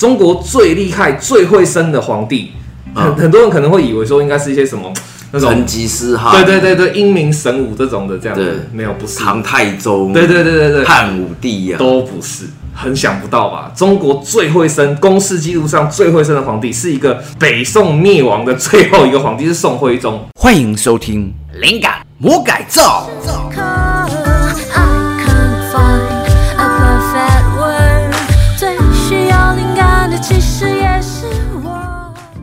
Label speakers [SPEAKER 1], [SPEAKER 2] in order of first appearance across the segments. [SPEAKER 1] 中国最厉害、最会生的皇帝，很、
[SPEAKER 2] 嗯
[SPEAKER 1] 很多人可能会以为说应该是一些什么那种
[SPEAKER 2] 成，吉思汗，
[SPEAKER 1] 对对对对，英明神武这种的这样
[SPEAKER 2] 对
[SPEAKER 1] 子，没有不是，
[SPEAKER 2] 唐太宗，
[SPEAKER 1] 对对对对对，
[SPEAKER 2] 汉武帝啊呀、
[SPEAKER 1] 都不是，很想不到吧？中国最会生，公式记录上最会生的皇帝是一个北宋灭亡的最后一个皇帝是宋徽宗，
[SPEAKER 2] 欢迎收听《灵感魔改造》。
[SPEAKER 3] I can't find a perfect word，最需要灵感的其实也是我。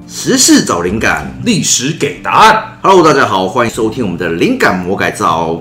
[SPEAKER 2] 时事找灵感
[SPEAKER 1] 历史给答案
[SPEAKER 2] ，Hello，大家好，欢迎收听我们的《灵感魔改造》。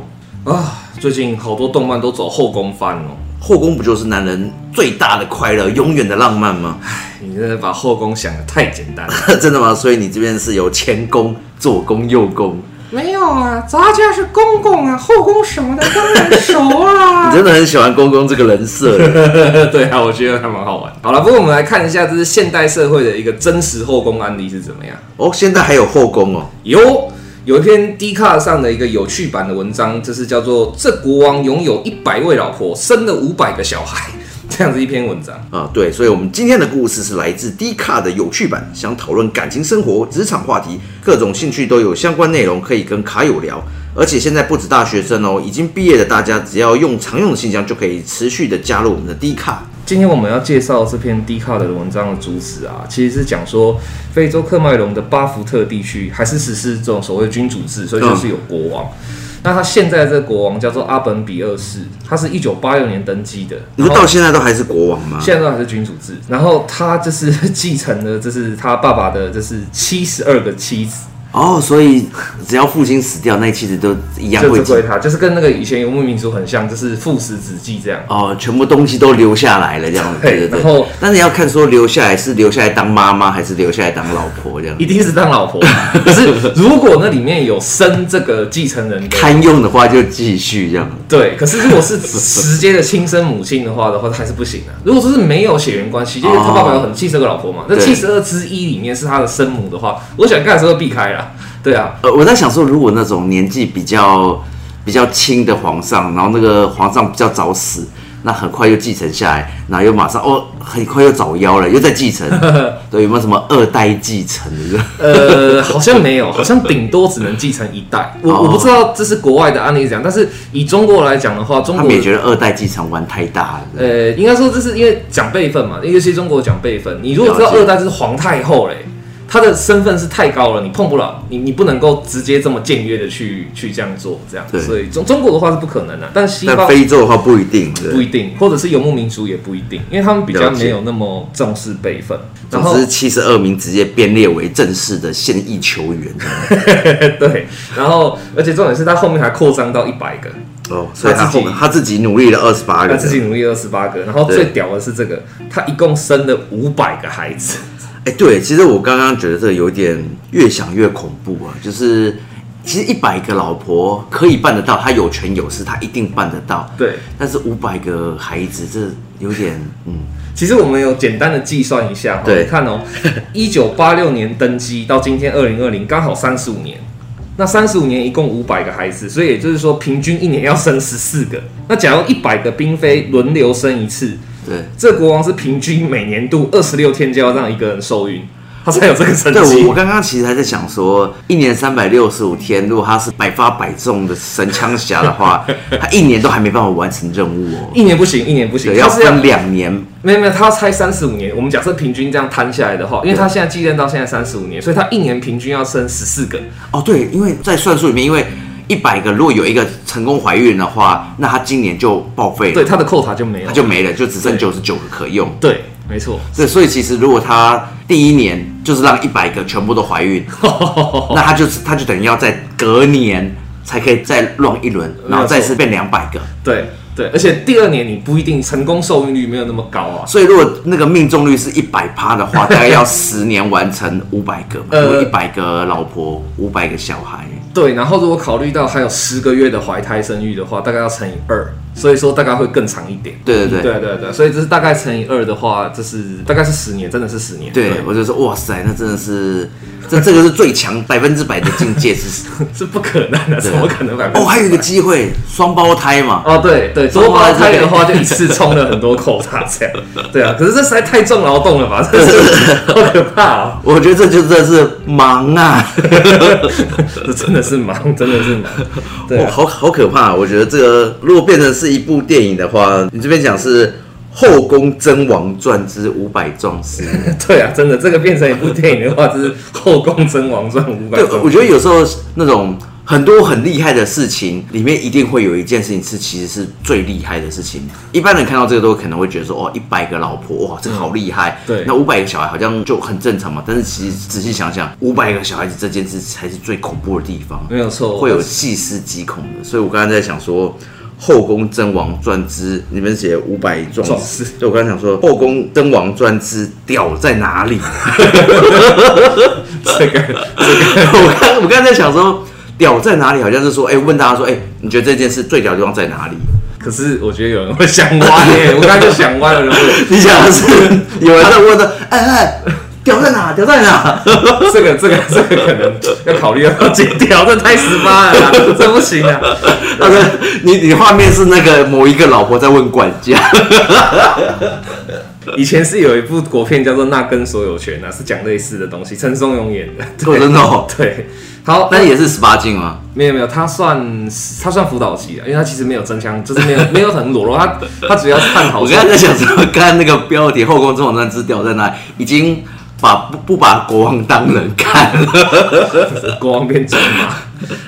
[SPEAKER 1] 啊！最近好多动漫都走后宫番哦，
[SPEAKER 2] 后宫不就是男人最大的快乐、永远的浪漫吗？
[SPEAKER 1] 你真的把后宫想的太简单了。
[SPEAKER 2] 真的吗？所以你这边是有前宫、左宫、右宫，
[SPEAKER 1] 没有啊，咱家是公公啊，后宫什么的当然熟啊啦、
[SPEAKER 2] 你真的很喜欢公公这个人设。
[SPEAKER 1] 对啊，我觉得还蛮好玩。好了，不过我们来看一下，这是现代社会的一个真实后宫案例是怎么样。
[SPEAKER 2] 哦，现在还有后宫哦，
[SPEAKER 1] 有有一篇 d 卡上的一个有趣版的文章，这是叫做“这国王拥有一百位老婆，生了五百个小孩” 这样子一篇文章。
[SPEAKER 2] 啊，对，所以我们今天的故事是来自 D 卡的有趣版，想讨论感情生活、职场话题，各种兴趣都有相关内容可以跟卡友聊。而且现在不止大学生哦，已经毕业的大家，只要用常用的信箱就可以持续的加入我们的 D 卡。
[SPEAKER 1] 今天我们要介绍这篇 d 卡的文章的主旨啊，其实是讲说非洲喀麦隆的巴福特地区还是实施这种所谓君主制，所以就是有国王。
[SPEAKER 2] 嗯
[SPEAKER 1] 那他现在这个国王叫做阿本比二世，他是一九八六年登基的，
[SPEAKER 2] 你
[SPEAKER 1] 然
[SPEAKER 2] 说
[SPEAKER 1] 后
[SPEAKER 2] 到现在都还是国王吗？
[SPEAKER 1] 现在都还是君主制。然后他就是 继承了，就是他爸爸的，就是七十二个妻子。
[SPEAKER 2] 哦，所以只要父亲死掉，那妻子都一样
[SPEAKER 1] 就
[SPEAKER 2] 会
[SPEAKER 1] 是
[SPEAKER 2] 继
[SPEAKER 1] 归他，就是跟那个以前游牧民族很像，就是父死子继这样。
[SPEAKER 2] 哦，全部东西都留下来了，这样子。
[SPEAKER 1] 对
[SPEAKER 2] 对对对。
[SPEAKER 1] 然后
[SPEAKER 2] 但是要看说留下来是留下来当妈妈，还是留下来当老婆这样
[SPEAKER 1] 一。定是当老婆，可是如果那里面有生这个继承人的，
[SPEAKER 2] 堪用的话就继续这样。
[SPEAKER 1] 对，可是如果是直接的亲生母亲的话的话，还是不行的、啊如果说是没有血缘关系，因为他爸爸有很七十个老婆嘛，那
[SPEAKER 2] 对
[SPEAKER 1] 七十二之一里面是他的生母的话，我想干的时候避开啦。对啊，
[SPEAKER 2] 呃，我在想说，如果那种年纪比较比较轻的皇上，然后那个皇上比较早死，那很快就继承下来，然后又马上哦，很快又早夭了，又再 继承。对，有没有什么二代继承的？
[SPEAKER 1] 呃，好像没 有，好像顶多只能继承一代。我
[SPEAKER 2] 哦
[SPEAKER 1] 我不知道这是国外的案例是怎样，但是以中国来讲的话，中
[SPEAKER 2] 他
[SPEAKER 1] 国
[SPEAKER 2] 们也觉得二代继承玩太大了。
[SPEAKER 1] 呃，应该说这是因为讲辈分嘛，尤其中国讲辈分。你如果知道
[SPEAKER 2] 了解
[SPEAKER 1] 二代就是皇太后嘞，她的身份是太高了，你碰不了，你你不能够直接这么僭越的去去这样做，这样。
[SPEAKER 2] 对
[SPEAKER 1] 所以中中国的话是不可能的、但西
[SPEAKER 2] 但
[SPEAKER 1] 方
[SPEAKER 2] 非洲的话不一定。对
[SPEAKER 1] 不一定，或者是游牧民族也不一定，因为他们比较
[SPEAKER 2] 了解
[SPEAKER 1] 没有那么重视辈分。然
[SPEAKER 2] 总
[SPEAKER 1] 后
[SPEAKER 2] 之，七十二名直接编列为正式的现役球员
[SPEAKER 1] 对，然后而且重点是他后面还扩张到一百个，
[SPEAKER 2] 哦，所以他
[SPEAKER 1] 他自
[SPEAKER 2] 后
[SPEAKER 1] 己
[SPEAKER 2] 面他自己努力了二十八个
[SPEAKER 1] 他
[SPEAKER 2] 人，
[SPEAKER 1] 自己努力二十八个，然后
[SPEAKER 2] 对
[SPEAKER 1] 最屌的是这个，他一共生了五百个孩子。
[SPEAKER 2] 哎、对，其实我刚刚觉得这个有点越想越恐怖啊，就是其实一百个老婆可以办得到，他有权有势，他一定办得到。
[SPEAKER 1] 对，
[SPEAKER 2] 但是五百个孩子，这有点嗯，
[SPEAKER 1] 其实我们有简单的计算一下哈，
[SPEAKER 2] 对
[SPEAKER 1] 你看哦，一九八六年登基到今天二零二零，刚好三十五年。那三十五年一共五百个孩子，所以也就是说平均一年要生十四个。那假如一百个嫔妃轮流生一次，
[SPEAKER 2] 对。
[SPEAKER 1] 这国王是平均每年度二十六天就要让一个人受孕，他 才有这个成
[SPEAKER 2] 对
[SPEAKER 1] 绩
[SPEAKER 2] 我，我。刚刚其实还在想说，一年三百六十五天，如果他是百发百中的神枪侠的 话，他一年都还没办法完成任务哦。
[SPEAKER 1] 一年不行，一年不行，
[SPEAKER 2] 对，
[SPEAKER 1] 他
[SPEAKER 2] 要
[SPEAKER 1] 是要
[SPEAKER 2] 分两年
[SPEAKER 1] 没有没有，他要拆三十五年。我们假设平均这样摊下来的话，因为他现在继任到现在三十五年，所以他一年平均要生十四个。
[SPEAKER 2] 哦，对，因为在算术里面，因为一百个如果有一个成功怀孕的话，那她今年就报废
[SPEAKER 1] 对，
[SPEAKER 2] 了，
[SPEAKER 1] 他的扣塔就没有
[SPEAKER 2] 她，就没了，就只剩
[SPEAKER 1] 对
[SPEAKER 2] 九十九个可用。
[SPEAKER 1] 对，没错。
[SPEAKER 2] 对，所以其实如果她第一年就是让一百个全部都怀孕，那她就是她就等于要在隔年才可以再乱一轮，然后再次变两百个。
[SPEAKER 1] 对对，而且第二年你不一定成功受孕率没有那么高啊。
[SPEAKER 2] 所以如果那个命中率是一百趴的话，大概要十年完成五百个嘛，
[SPEAKER 1] 呃
[SPEAKER 2] 有一百个老婆，五百个小孩。
[SPEAKER 1] 对，然后如果考虑到还有十个月的怀胎生育的话，大概要乘以二，所以说大概会更长一点。
[SPEAKER 2] 对对对
[SPEAKER 1] 对对对，所以这是大概乘以二的话，这是大概是十年，真的是十年。
[SPEAKER 2] 对，我就说哇塞，那真的是，这这个是最强百分之百的境界是。
[SPEAKER 1] 是不可能的，怎么可能百分之
[SPEAKER 2] 哦，还有一个机会，双胞胎嘛，
[SPEAKER 1] 哦，对对，多胞胎的话就一次冲了很多口大这样，对啊，可是这实在太重劳动了吧，这 是好可怕哦，
[SPEAKER 2] 我觉得这就真的是忙啊，
[SPEAKER 1] 这真的是忙，真的是忙，对
[SPEAKER 2] 哇，
[SPEAKER 1] 啊，
[SPEAKER 2] 哦好好可怕、我觉得这个如果变成是一部电影的话，你这边讲是《后宫甄嬛传之五百 壮士》。
[SPEAKER 1] 对啊，真的，这个变成一部电影的话，就是《后宫甄嬛传》五百
[SPEAKER 2] 对，我
[SPEAKER 1] 种，
[SPEAKER 2] 觉得有时候那种很多很厉害的事情，里面一定会有一件事情是其实是最厉害的事情。一般人看到这个都可能会觉得说，哦，一百个老婆，哇，这个好厉害。
[SPEAKER 1] 对
[SPEAKER 2] 那五百个小孩好像就很正常嘛。但是其实仔细想想，五百个小孩子这件事才是最恐怖的地方，
[SPEAKER 1] 没有错，
[SPEAKER 2] 会有细思极恐的。所以我刚才在想说。《后宫甄嬛传之》里面写五百壮
[SPEAKER 1] 壮
[SPEAKER 2] 士
[SPEAKER 1] 士，
[SPEAKER 2] 就我刚才想说，《后宫甄嬛传之》屌在哪里？
[SPEAKER 1] 这个，
[SPEAKER 2] 我刚我刚才在想说，屌在哪里？好像是说，哎、问大家说，哎、你觉得这件事最屌的地方在哪里？
[SPEAKER 1] 可是我觉得有人会想歪耶，我刚才就想歪了，如果
[SPEAKER 2] 你想的是 有人在问的，哎、哎、屌在哪？屌在哪？
[SPEAKER 1] 这个这个这个可能要考虑要不要剪掉，这太十八了啦，这不行啊。
[SPEAKER 2] 他说，你你画面是那个某一个老婆在问管家，
[SPEAKER 1] 以前是有一部国片叫做《那根所有权》啊，是讲类似的东西，陈松勇演的。
[SPEAKER 2] 我真的 哦，
[SPEAKER 1] 对，好，
[SPEAKER 2] 那也是十八禁吗？
[SPEAKER 1] 没有没有，他算他算辅导级啊的，因为他其实没有真枪， 就是没有没有很裸露，他他主要是探讨
[SPEAKER 2] 我
[SPEAKER 1] 说
[SPEAKER 2] 刚才在想说， 刚才那个标题《后宫甄嬛传之屌在哪里》已经把不不把国王当人看了，
[SPEAKER 1] 国王变种 嘛。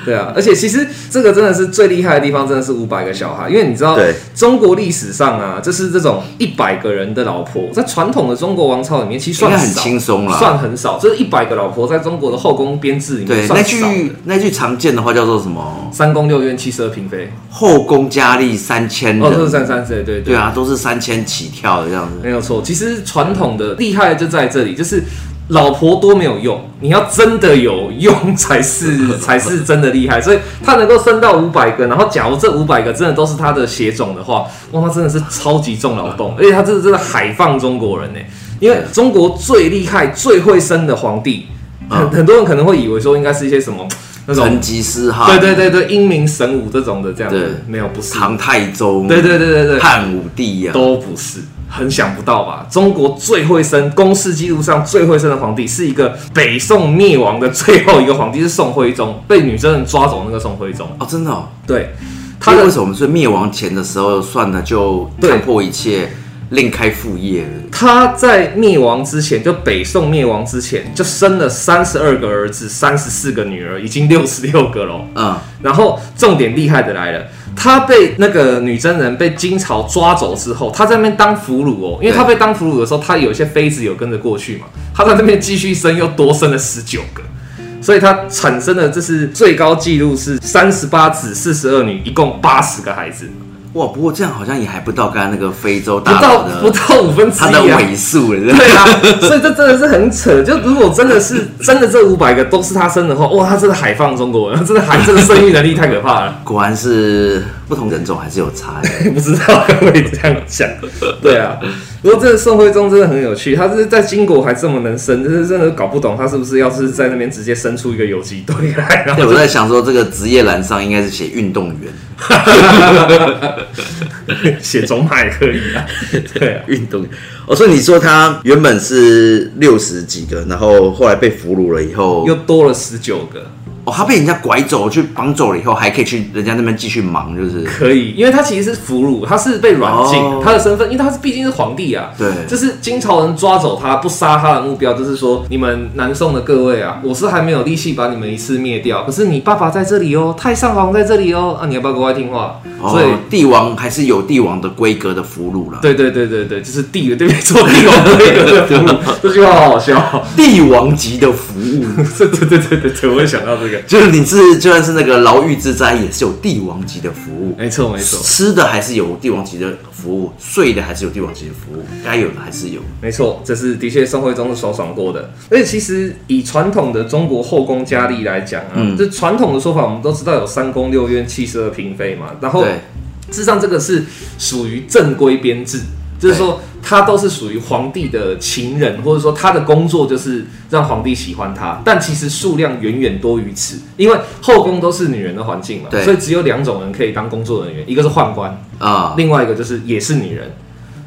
[SPEAKER 1] 对啊，而且其实这个真的是最厉害的地方，真的是五百个小孩，因为你知道
[SPEAKER 2] 对
[SPEAKER 1] 中国历史上啊，就是这种一百个人的老婆，在传统的中国王朝里面其实算
[SPEAKER 2] 应该很
[SPEAKER 1] 少
[SPEAKER 2] 轻松啦
[SPEAKER 1] 算很少，就是一百个老婆在中国的后宫编制里面
[SPEAKER 2] 对，
[SPEAKER 1] 算
[SPEAKER 2] 那
[SPEAKER 1] 少的。
[SPEAKER 2] 句那句常见的话叫做什么？
[SPEAKER 1] 三宫六院七十二嫔妃，
[SPEAKER 2] 后宫佳丽三千人，
[SPEAKER 1] 哦，这是三三岁，对对
[SPEAKER 2] 嗯对啊，都是三千起跳的这样子。
[SPEAKER 1] 没有错。其实传统的厉害就在这里，就是老婆多没有用，你要真的有用才 是才是真的厉害。所以他能够生到五百个，然后假如这五百个真的都是他的血种的话，哇，他真的是超级重劳
[SPEAKER 2] 嗯
[SPEAKER 1] 动，而且他真的真的海放中国人呢。因为中国最厉害、最会生的皇帝，
[SPEAKER 2] 嗯
[SPEAKER 1] 很 很多人可能会以为说应该是一些什么那种
[SPEAKER 2] 成。吉思汗，
[SPEAKER 1] 对对对对，英明神武这种的这样
[SPEAKER 2] 对
[SPEAKER 1] 子，没有不是，
[SPEAKER 2] 唐太宗，
[SPEAKER 1] 对对对对对，
[SPEAKER 2] 汉武帝啊呀、
[SPEAKER 1] 都不是，很想不到吧？中国最会生，公示记录上最会生的皇帝是一个北宋灭亡的最后一个皇帝，是宋徽宗，被女真人抓走那个宋徽宗。
[SPEAKER 2] 哦，真的、哦，
[SPEAKER 1] 对，他
[SPEAKER 2] 他为
[SPEAKER 1] 的
[SPEAKER 2] 什么是灭亡前的时候算了就
[SPEAKER 1] 对
[SPEAKER 2] 看破一切，另开副业了？
[SPEAKER 1] 他在灭亡之前，就北宋灭亡之前，就生了三十二个儿子，三十四个女儿，已经六十六个了。
[SPEAKER 2] 嗯，
[SPEAKER 1] 然后重点厉害的来了，他被那个女真人被金朝抓走之后，他在那边当俘虏哦，因为他被当俘虏的时候，他有一些妃子有跟着过去嘛，他在那边继续生，又多生了十九个。所以他产生的这是最高纪录是三十八子四十二女，一共八十个孩子，
[SPEAKER 2] 哇，不过这样好像也还不到刚刚那个非洲
[SPEAKER 1] 不
[SPEAKER 2] 大佬
[SPEAKER 1] 到
[SPEAKER 2] 的
[SPEAKER 1] 不到五分之
[SPEAKER 2] 他的
[SPEAKER 1] 一啊！
[SPEAKER 2] 尾数了。
[SPEAKER 1] 对啊，所以这真的是很扯。就如果真的是真的这五百个都是他生的话，哇，他真的海放中国人，他真的海真的生育能力太可怕了。
[SPEAKER 2] 果然是不同人种还是有差 的。
[SPEAKER 1] 不知道可不可以这样讲？对啊，不过这个宋徽宗真的很有趣，他是在金国还这么能生，就是真的搞不懂他是不是要是在那边直接生出一个游击队来，然后
[SPEAKER 2] 对，我在想说这个职业栏上应该是写运动员，
[SPEAKER 1] 写种马也可以啊。对啊，
[SPEAKER 2] 运动员。哦，所以你说他原本是六十几个，然后后来被俘虏了以后，
[SPEAKER 1] 又多了十九个，
[SPEAKER 2] 哦，他被人家拐走，去绑走了以后，还可以去人家那边继续忙，就是
[SPEAKER 1] 可以，因为他其实是俘虏，他是被软禁，
[SPEAKER 2] 哦
[SPEAKER 1] 他的身份，因为他是毕竟是皇帝啊。
[SPEAKER 2] 对
[SPEAKER 1] 就是金朝人抓走他不杀他的目标，就是说你们南宋的各位啊，我是还没有力气把你们一次灭掉，可是你爸爸在这里哦，太上皇在这里哦，啊，你要不要乖乖听话？所以
[SPEAKER 2] 哦，帝王还是有帝王的规格的俘虏了。，
[SPEAKER 1] 对对对对对，就是地对面做地王对的俘虏， 这句话好好笑。
[SPEAKER 2] 帝王级的服务，
[SPEAKER 1] 对对对对对对，我也想到这个，
[SPEAKER 2] 就是你是就算是那个牢狱之灾，也是有帝王级的服务。
[SPEAKER 1] 没错没错
[SPEAKER 2] 吃的还是有帝王级的服务，睡的还是有帝王级的服务，该有的还是有。
[SPEAKER 1] 没错，这是的确宋徽宗是爽爽过的。而且其实以传统的中国后宫佳丽来讲啊，
[SPEAKER 2] 嗯
[SPEAKER 1] 这传统的说法我们都知道有三宫六院七十二嫔妃嘛，然后
[SPEAKER 2] 对，
[SPEAKER 1] 事实上，这个是属于正规编制，就是说他都是属于皇帝的情人，或者说他的工作就是让皇帝喜欢他。但其实数量远远多于此，因为后宫都是女人的环境嘛
[SPEAKER 2] 对，
[SPEAKER 1] 所以只有两种人可以当工作人员，一个是宦官，
[SPEAKER 2] 啊，
[SPEAKER 1] 另外一个就是也是女人。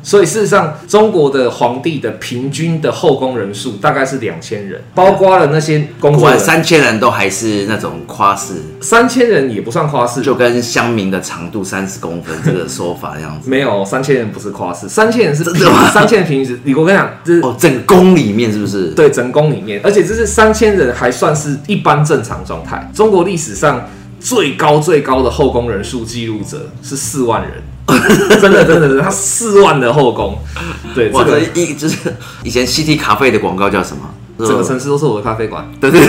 [SPEAKER 1] 所以事实上，中国的皇帝的平均的后宫人数大概是两千人，包括了那些工
[SPEAKER 2] 果
[SPEAKER 1] 作
[SPEAKER 2] 然
[SPEAKER 1] 人
[SPEAKER 2] 三千人都还是那种夸饰，
[SPEAKER 1] 三千人也不算夸饰，
[SPEAKER 2] 就跟乡民的长度三十公分这个说法那样 子。
[SPEAKER 1] 没有，三千人不是夸饰，三千人是
[SPEAKER 2] 真的吗
[SPEAKER 1] 三千人平均值，你我跟你讲，这是、
[SPEAKER 2] 哦，整个宫里面是不是？
[SPEAKER 1] 对整宫里面，而且这是三千人还算是一般正常状态。中国历史上最高最高的后宫人数记录者是四万 人。真的，真的，真的，他四万的后宫，对，这
[SPEAKER 2] 哇，这
[SPEAKER 1] 个
[SPEAKER 2] 一就是以前 CT 咖啡的广告叫什么？呃
[SPEAKER 1] 整个城市都是我的咖啡馆，
[SPEAKER 2] 对对，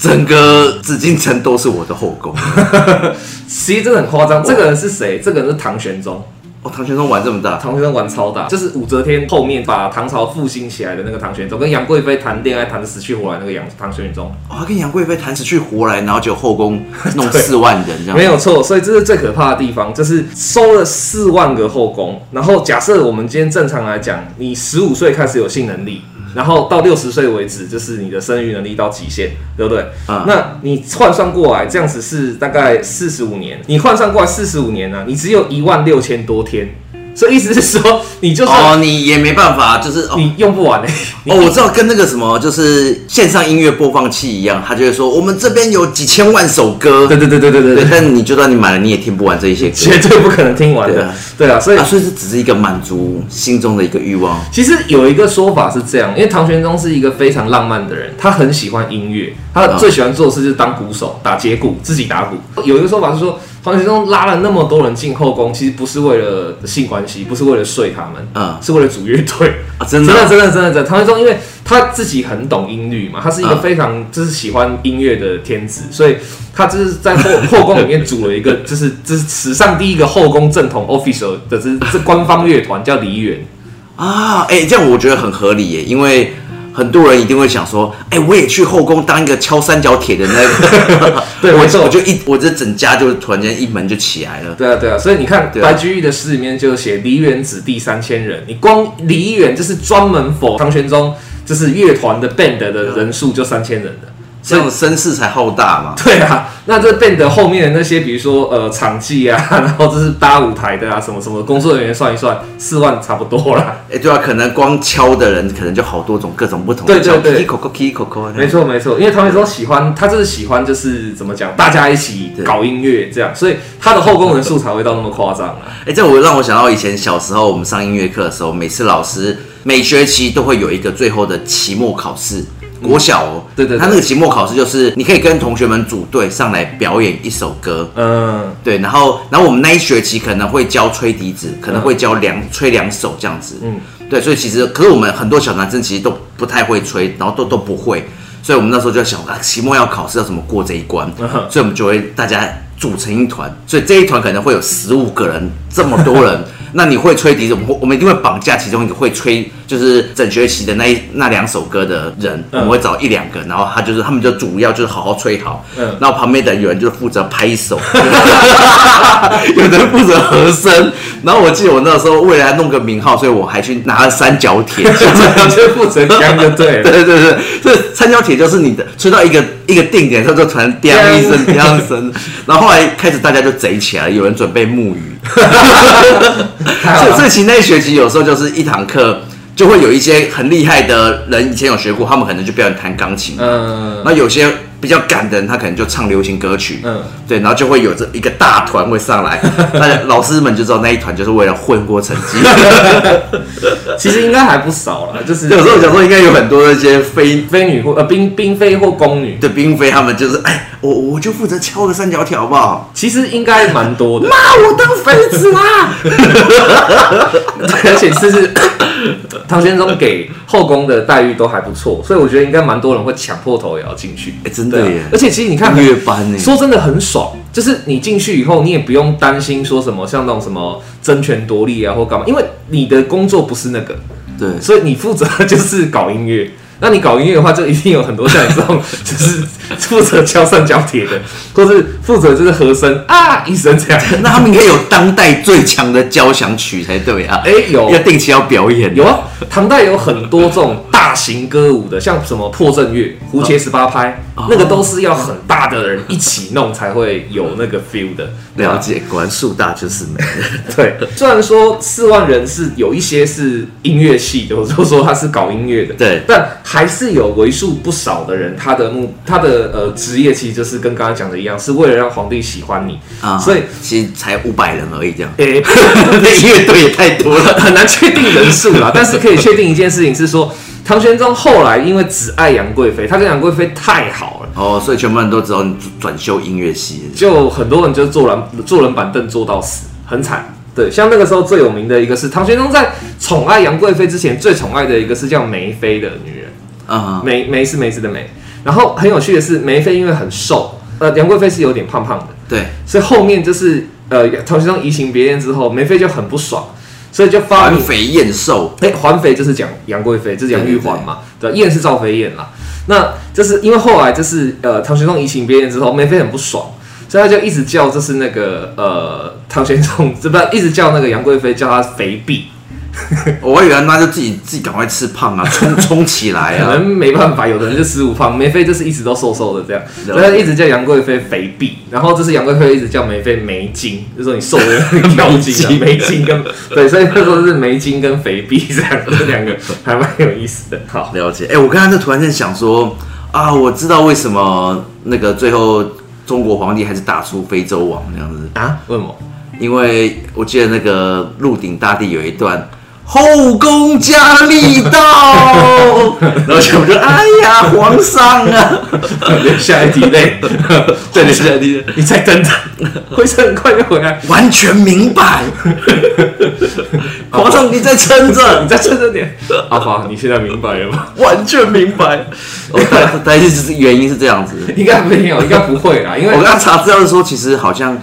[SPEAKER 2] 整个紫禁城都是我的后宫。
[SPEAKER 1] 其实真的很夸张。这个人是谁？这个人是唐玄宗，
[SPEAKER 2] 哦，唐玄宗玩这么大，
[SPEAKER 1] 唐玄宗玩超大，就是武则天后面把唐朝复兴起来的那个唐玄宗，跟杨贵妃谈恋爱谈的死去活来那个杨唐玄宗。
[SPEAKER 2] 哦，他跟杨贵妃弹死去活来，然后就后宫 弄四万人这样。
[SPEAKER 1] 没有错，所以这是最可怕的地方，就是收了四万个后宫。然后假设我们今天正常来讲，你十五岁开始有性能力，然后到六十岁为止，就是你的生育能力到极限，对不对？
[SPEAKER 2] 嗯
[SPEAKER 1] 那你换算过来，这样子是大概四十五年，你换算过来四十五年呢、啊你只有一万六千多天，所以意思是说，你就算
[SPEAKER 2] 哦，你也没办法，就是哦。
[SPEAKER 1] 你用不完、欸，
[SPEAKER 2] 哦，我知道跟那个什么，就是线上音乐播放器一样，他就会说我们这边有几千万首歌，
[SPEAKER 1] 对对对对对对
[SPEAKER 2] 对，
[SPEAKER 1] 对，
[SPEAKER 2] 但你就算你买了，你也听不完这一 些歌
[SPEAKER 1] 绝对不可能听完
[SPEAKER 2] 对
[SPEAKER 1] 的
[SPEAKER 2] 啊，
[SPEAKER 1] 对啊，所以
[SPEAKER 2] 啊，所以这只是一个满足心中的一个欲望。
[SPEAKER 1] 其实有一个说法是这样，因为唐玄宗是一个非常浪漫的人，他很喜欢音乐，他
[SPEAKER 2] 嗯
[SPEAKER 1] 最喜欢做的事就是当鼓手，打节鼓，自己打鼓。有一个说法是说，唐玄宗拉了那么多人进后宫，其实不是为了性关系，不是为了睡他们，
[SPEAKER 2] 嗯
[SPEAKER 1] 是为了组乐队。
[SPEAKER 2] 啊真的啊
[SPEAKER 1] 真的，真的，真的，真的。唐玄宗因为他自己很懂音律嘛，他是一个
[SPEAKER 2] 嗯
[SPEAKER 1] 非常就是喜欢音乐的天子，所以他就是在后后宫里面组了一个，就是 这是史上第一个后宫正统 official 的这这官方乐团叫梨园。
[SPEAKER 2] 啊，哎、这样我觉得很合理耶，因为很多人一定会想说，哎、我也去后宫当一个敲三角铁的 那个，
[SPEAKER 1] 对
[SPEAKER 2] 我
[SPEAKER 1] 没
[SPEAKER 2] 就
[SPEAKER 1] 错
[SPEAKER 2] 我就一我这整家就突然间一门就起来了，
[SPEAKER 1] 对啊，对啊，所以你看
[SPEAKER 2] 对啊
[SPEAKER 1] 白居易的诗里面就写“梨园子弟三千人”，你光梨园就是专门否唐玄宗就是乐团的 band 的人数就三千人的。
[SPEAKER 2] 这样声势才浩大嘛。
[SPEAKER 1] 对啊，那这 band 后面的那些，比如说呃场记啊， 然后就是搭舞台的啊，什么什么工作人员算一算，四万差不多啦。
[SPEAKER 2] 哎、对啊，可能光敲的人可能就好多种，各种不同的
[SPEAKER 1] 对对
[SPEAKER 2] 敲
[SPEAKER 1] 对
[SPEAKER 2] k i k o k o k i k o k o
[SPEAKER 1] 没错没错，因为唐玄宗喜欢他就是喜欢就是怎么讲，大家一起
[SPEAKER 2] 对
[SPEAKER 1] 搞音乐这样，所以他的后宫人数才会到那么夸张啊。
[SPEAKER 2] 哎、这我让我想到以前小时候我们上音乐课的时候，每次老师每学期都会有一个最后的期末考试。国小哦，
[SPEAKER 1] 嗯对对对
[SPEAKER 2] 他那个期末考试就是你可以跟同学们组队上来表演一首歌，
[SPEAKER 1] 嗯，
[SPEAKER 2] 对，然后然后我们那一学期可能会教吹笛子，可能会教两吹两手这样子。嗯
[SPEAKER 1] 嗯，
[SPEAKER 2] 对，所以其实可是我们很多小男生其实都不太会吹，然后都都不会，所以我们那时候就在想啊，期末要考试要怎么过这一关，
[SPEAKER 1] 嗯哼
[SPEAKER 2] 所以我们就会大家组成一团，所以这一团可能会有十五个人，这么 多人。那你会吹笛子，我们会我们一定会绑架其中一个会吹，就是整学期的那一那两首歌的人，我
[SPEAKER 1] 嗯
[SPEAKER 2] 们会找一两个，然后他就是他们就主要就是好好吹好，嗯
[SPEAKER 1] 嗯，
[SPEAKER 2] 然后旁边的人有人就负责拍 手，有人负责和声。然后我记得我那时候为了要弄个名号，所以我还去拿了三角 铁。
[SPEAKER 1] 就负责干就 对了。
[SPEAKER 2] 对对对，这三角铁就是你的吹到一个一个定点，它就突然“
[SPEAKER 1] 叮
[SPEAKER 2] 叮一声，“叮一声。然后后来开始大家就贼起来，有人准备木鱼。
[SPEAKER 1] 太好
[SPEAKER 2] 所 以
[SPEAKER 1] 了
[SPEAKER 2] 所以其实那一学期有时候就是一堂课就会有一些很厉害的人，以前有学过，他们可能就表演弹钢琴。
[SPEAKER 1] 嗯，
[SPEAKER 2] 那有些比较赶的人，他可能就唱流行歌曲，嗯
[SPEAKER 1] 嗯，
[SPEAKER 2] 对，然后就会有这一个大团会上 来，那老师们就知道那一团就是为了混过成绩。
[SPEAKER 1] 其实应该还不少了，就是
[SPEAKER 2] 嗯有时候想说，应该有很多那些非
[SPEAKER 1] 妃女或呃嫔嫔妃或宫女，
[SPEAKER 2] 的嫔妃，他们就是哎，我我就负责敲个三角铁好不好？
[SPEAKER 1] 其实应该蛮多 的，
[SPEAKER 2] 啊，我当妃子
[SPEAKER 1] 啊
[SPEAKER 2] 啦！
[SPEAKER 1] 而且是是 唐玄宗给后宫的待遇都还不错，所以我觉得应该蛮多人会抢破头也要进去。
[SPEAKER 2] 哎真的
[SPEAKER 1] 对
[SPEAKER 2] 耶
[SPEAKER 1] 啊而且其实你看，
[SPEAKER 2] 音乐班耶
[SPEAKER 1] 说真的很爽，就是你进去以后，你也不用担心说什么像那种什么争权夺利啊或干嘛，因为你的工作不是那个，
[SPEAKER 2] 对，
[SPEAKER 1] 所以你负责就是搞音乐。那你搞音乐的话，就一定有很多像你这种，就是负责敲三角铁的，或是负责就是和声 啊一声这样。
[SPEAKER 2] 那他们应该有当代最强的交响曲才对啊！
[SPEAKER 1] 哎有
[SPEAKER 2] 要定期要表演。
[SPEAKER 1] 有啊，唐代有很多这种大型歌舞的，像什么破阵乐、胡茄十八拍，那个都是要很大的人一起弄才会有那个 feel 的。
[SPEAKER 2] 了解，果然树大就是美。
[SPEAKER 1] 对，虽然说四万人是有一些是音乐系的，我就说他是搞音乐的，
[SPEAKER 2] 对
[SPEAKER 1] 但还是有为数不少的人，他的目他的呃职业其实就是跟刚刚讲的一样，是为了让皇帝喜欢你
[SPEAKER 2] 啊，
[SPEAKER 1] 所以。
[SPEAKER 2] 其实才五百人而已，这样
[SPEAKER 1] 诶、
[SPEAKER 2] 那乐队也太多了。
[SPEAKER 1] 很难确定人数啦， 但是可以确定一件事情是说，唐玄宗后来因为只爱杨贵妃，他跟杨贵妃太好了。
[SPEAKER 2] 哦，所以全部人都知道你转修音乐系。
[SPEAKER 1] 就很多人就坐冷坐冷板凳坐到死，很惨。对，像那个时候最有名的一个是唐玄宗在宠爱杨贵妃之前，最宠爱的一个是叫梅妃的女人，
[SPEAKER 2] 啊、
[SPEAKER 1] 梅梅是梅子的梅。然后很有趣的是，梅妃因为很瘦，呃，杨贵妃是有点胖胖的，
[SPEAKER 2] 对，
[SPEAKER 1] 所以后面就是呃，唐玄宗移情别恋之后，梅妃就很不爽，所以就发
[SPEAKER 2] 环
[SPEAKER 1] 明
[SPEAKER 2] 肥燕瘦。
[SPEAKER 1] 哎，环肥就是讲杨贵妃，就是杨玉环嘛，对，燕是赵飞燕啦。那就是因为后来就是呃，唐玄宗移情别恋之后，梅妃很不爽，所以他就一直叫就是那个呃，唐玄宗 这不一直叫那个杨贵妃叫她肥婢，
[SPEAKER 2] 我还以为那就自己自己赶快吃胖啊， 冲冲起来
[SPEAKER 1] 可
[SPEAKER 2] 啊
[SPEAKER 1] 能。没办法，有的人就十五胖，梅妃就是一直都瘦瘦的这样，
[SPEAKER 2] 了
[SPEAKER 1] 所
[SPEAKER 2] 解
[SPEAKER 1] 以他一直叫杨贵妃肥婢，然后就是杨贵妃一直叫梅妃梅精，就说你瘦的跳 筋啊，梅
[SPEAKER 2] 梅
[SPEAKER 1] 精跟对，所以那时候是梅精跟肥婢这样，这两个还蛮有意思的。好，
[SPEAKER 2] 了解。哎、我刚才就突然间想说啊，我知道为什么那个最后中国皇帝还是打出非洲王这样子。
[SPEAKER 1] 啊，为什么？
[SPEAKER 2] 因为我记得那个《鹿鼎大帝》有一段“后宫佳丽到”，然后全部就哎呀，皇上啊！
[SPEAKER 1] 留下一滴泪，
[SPEAKER 2] 对对对对，
[SPEAKER 1] 你再等等，灰尘很快就回来，
[SPEAKER 2] 完全明 白。皇上，你再撑着
[SPEAKER 1] 你，再撑着点。阿华，你现在明白了吗？
[SPEAKER 2] 完全明白。 哦，大大概是原因是这样子。
[SPEAKER 1] 应该没有，应该不会啦，因为
[SPEAKER 2] 我刚查资料的时候，其实好像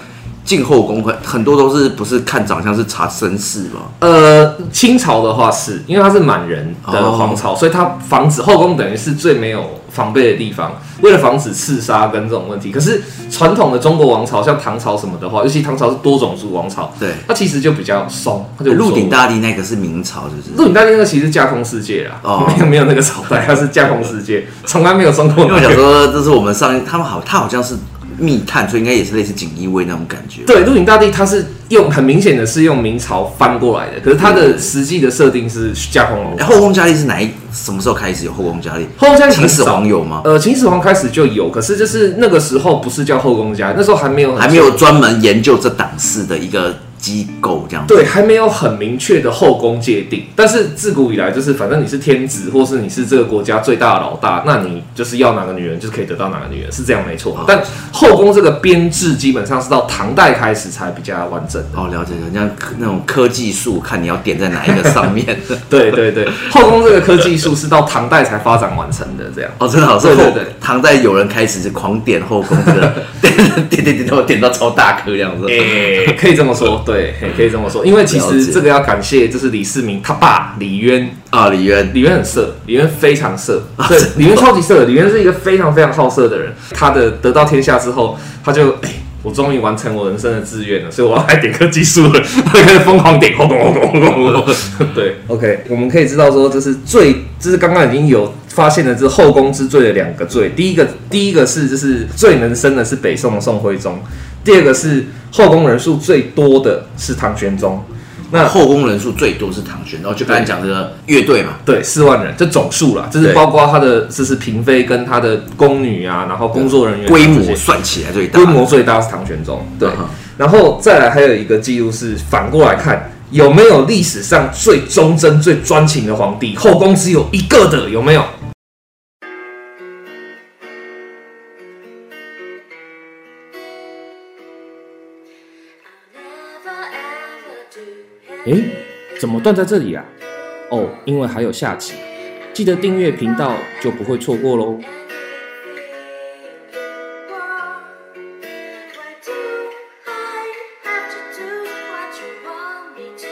[SPEAKER 2] 晋后宫很很多都是不是看长相，是查身世吧？
[SPEAKER 1] 呃，清朝的话是因为它是满人
[SPEAKER 2] 哦
[SPEAKER 1] 的皇朝，所以它防止后宫等于是最没有防备的地方，为了防止刺杀跟这种问题。可是传统的中国王朝，像唐朝什么的话，尤其唐朝是多种族王朝，
[SPEAKER 2] 对
[SPEAKER 1] 它其实就比较松，它就无所谓
[SPEAKER 2] 鹿鼎大帝那个是明朝，是不是？
[SPEAKER 1] 鹿鼎大帝那个其实是架空世界啦，
[SPEAKER 2] 哦
[SPEAKER 1] 没有没有那个朝代，它是架空世界，从来没有松过
[SPEAKER 2] 因为
[SPEAKER 1] 那
[SPEAKER 2] 我想
[SPEAKER 1] 个。
[SPEAKER 2] 说，这是我们上一他们好，他好像是密探，所以应该也是类似锦衣卫那种感觉。
[SPEAKER 1] 对，鹿鼎大帝他是用很明显的是用明朝翻过来的，可是他的实际的设定是架空王
[SPEAKER 2] 哎，
[SPEAKER 1] 朝。
[SPEAKER 2] 后宫佳丽是哪一什么时候开始有后宫佳丽？
[SPEAKER 1] 后宫佳丽
[SPEAKER 2] 秦始
[SPEAKER 1] 很
[SPEAKER 2] 皇
[SPEAKER 1] 早
[SPEAKER 2] 有吗？
[SPEAKER 1] 呃，秦始皇开始就有，可是就是那个时候不是叫后宫佳丽，那时候还没有很
[SPEAKER 2] 还没有专门研究这档事的一个机构这样子。
[SPEAKER 1] 对，还没有很明确的后宫界定。但是自古以来，就是反正你是天子，或是你是这个国家最大的老大，那你就是要哪个女人，就是可以得到哪个女人，是这样没错
[SPEAKER 2] 哦。
[SPEAKER 1] 但后宫这个编制基本上是到唐代开始才比较完整。
[SPEAKER 2] 哦，了解了，像那种科技树，看你要点在哪一个上 面。
[SPEAKER 1] 对对对，后宫这个科技术是到唐代才发展完成的， 这样。
[SPEAKER 2] 哦，真的好，
[SPEAKER 1] 对对
[SPEAKER 2] 所以
[SPEAKER 1] 对
[SPEAKER 2] 唐代有人开始是狂点后宫 这个，点点点点，我点到超大颗这样子。
[SPEAKER 1] 诶、可以这么说，对，嘿可以这么说，因为其
[SPEAKER 2] 了
[SPEAKER 1] 实
[SPEAKER 2] 解
[SPEAKER 1] 这个要感谢就是李世民他爸李渊，
[SPEAKER 2] 啊，李渊，
[SPEAKER 1] 李渊很色，李渊非常色，对，李渊超级色，李渊是一个非常非常好色的人。他的得到天下之后，他就哎、我终于完成我人生的志愿了，所以我要来点科技术了，他就开始疯狂点，轰轰轰轰轰轰。 对，OK，我们可以知道说，这是最，这是刚刚已经有发现的，这后宫之罪的两个罪。第一个，第一个是就是最能生的是北宋的宋徽宗，第二个是后宫人数最多的是唐玄宗。那
[SPEAKER 2] 后宫人数最多是唐玄，然后就刚才讲这个乐队嘛，
[SPEAKER 1] 对，四万人，这总数啦，就是
[SPEAKER 2] 对
[SPEAKER 1] 包括他的就是嫔妃跟他的宫女啊，然后工作人员啊
[SPEAKER 2] 规
[SPEAKER 1] 这
[SPEAKER 2] 模
[SPEAKER 1] 些
[SPEAKER 2] 算起来最大，
[SPEAKER 1] 规模最大是唐玄宗，对
[SPEAKER 2] 嗯哼。
[SPEAKER 1] 然后再来还有一个记录是反过来看，有没有历史上最忠贞、最专情的皇帝？后宫只有一个的，有没有？诶，怎么断在这里啊？哦，因为还有下集，记得订阅频道就不会错过喽。
[SPEAKER 3] Why do I have to do what you want me to?